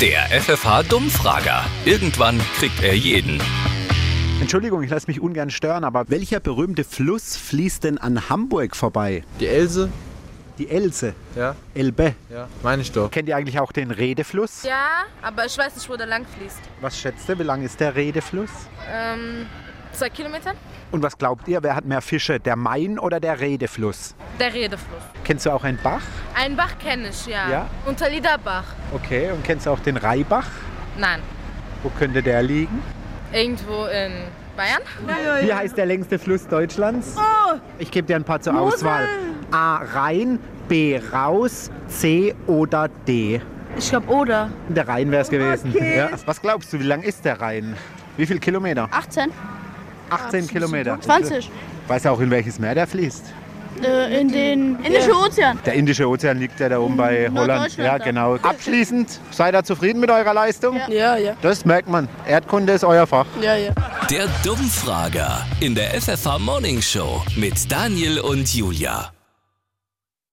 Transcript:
Der FFH-Dummfrager. Irgendwann kriegt er jeden. Entschuldigung, ich lasse mich ungern stören, aber welcher berühmte Fluss fließt denn an Hamburg vorbei? Die Else, Die Else, ja, Elbe. ja, meine ich doch. Kennt ihr eigentlich auch den Redefluss? Ja, aber ich weiß nicht, wo der lang fließt. Was schätzt ihr, wie lang ist der Redefluss? Ähm, zwei Kilometer? Und was glaubt ihr, wer hat mehr Fische, der Main oder der Redefluss? Der Redefluss. Kennst du auch einen Bach? Einen Bach kenne ich, ja. Ja? Unter Liederbach. Okay, und kennst du auch den Rheibach? Nein. Wo könnte der liegen? Irgendwo in Bayern? Wie heißt der längste Fluss Deutschlands? Oh! Ich gebe dir ein paar zur Auswahl. A. Rhein, B. Raus, C. oder D. Ich glaube, oder? Der Rhein wäre es gewesen. Ja. Was glaubst du, wie lang ist der Rhein? Wie viele Kilometer? 18? 18 Kilometer. 20? Weißt du auch, in welches Meer der fließt? Äh, in den Indischen Ozean. Der Indische Ozean liegt ja da oben bei Holland. Mhm. Norddeutschland Ja, da. genau. Abschließend, seid ihr zufrieden mit eurer Leistung? Ja, ja, Das merkt man. Erdkunde ist euer Fach. ja, ja. Der Dummfrager in der FFH Morning Show mit Daniel und Julia.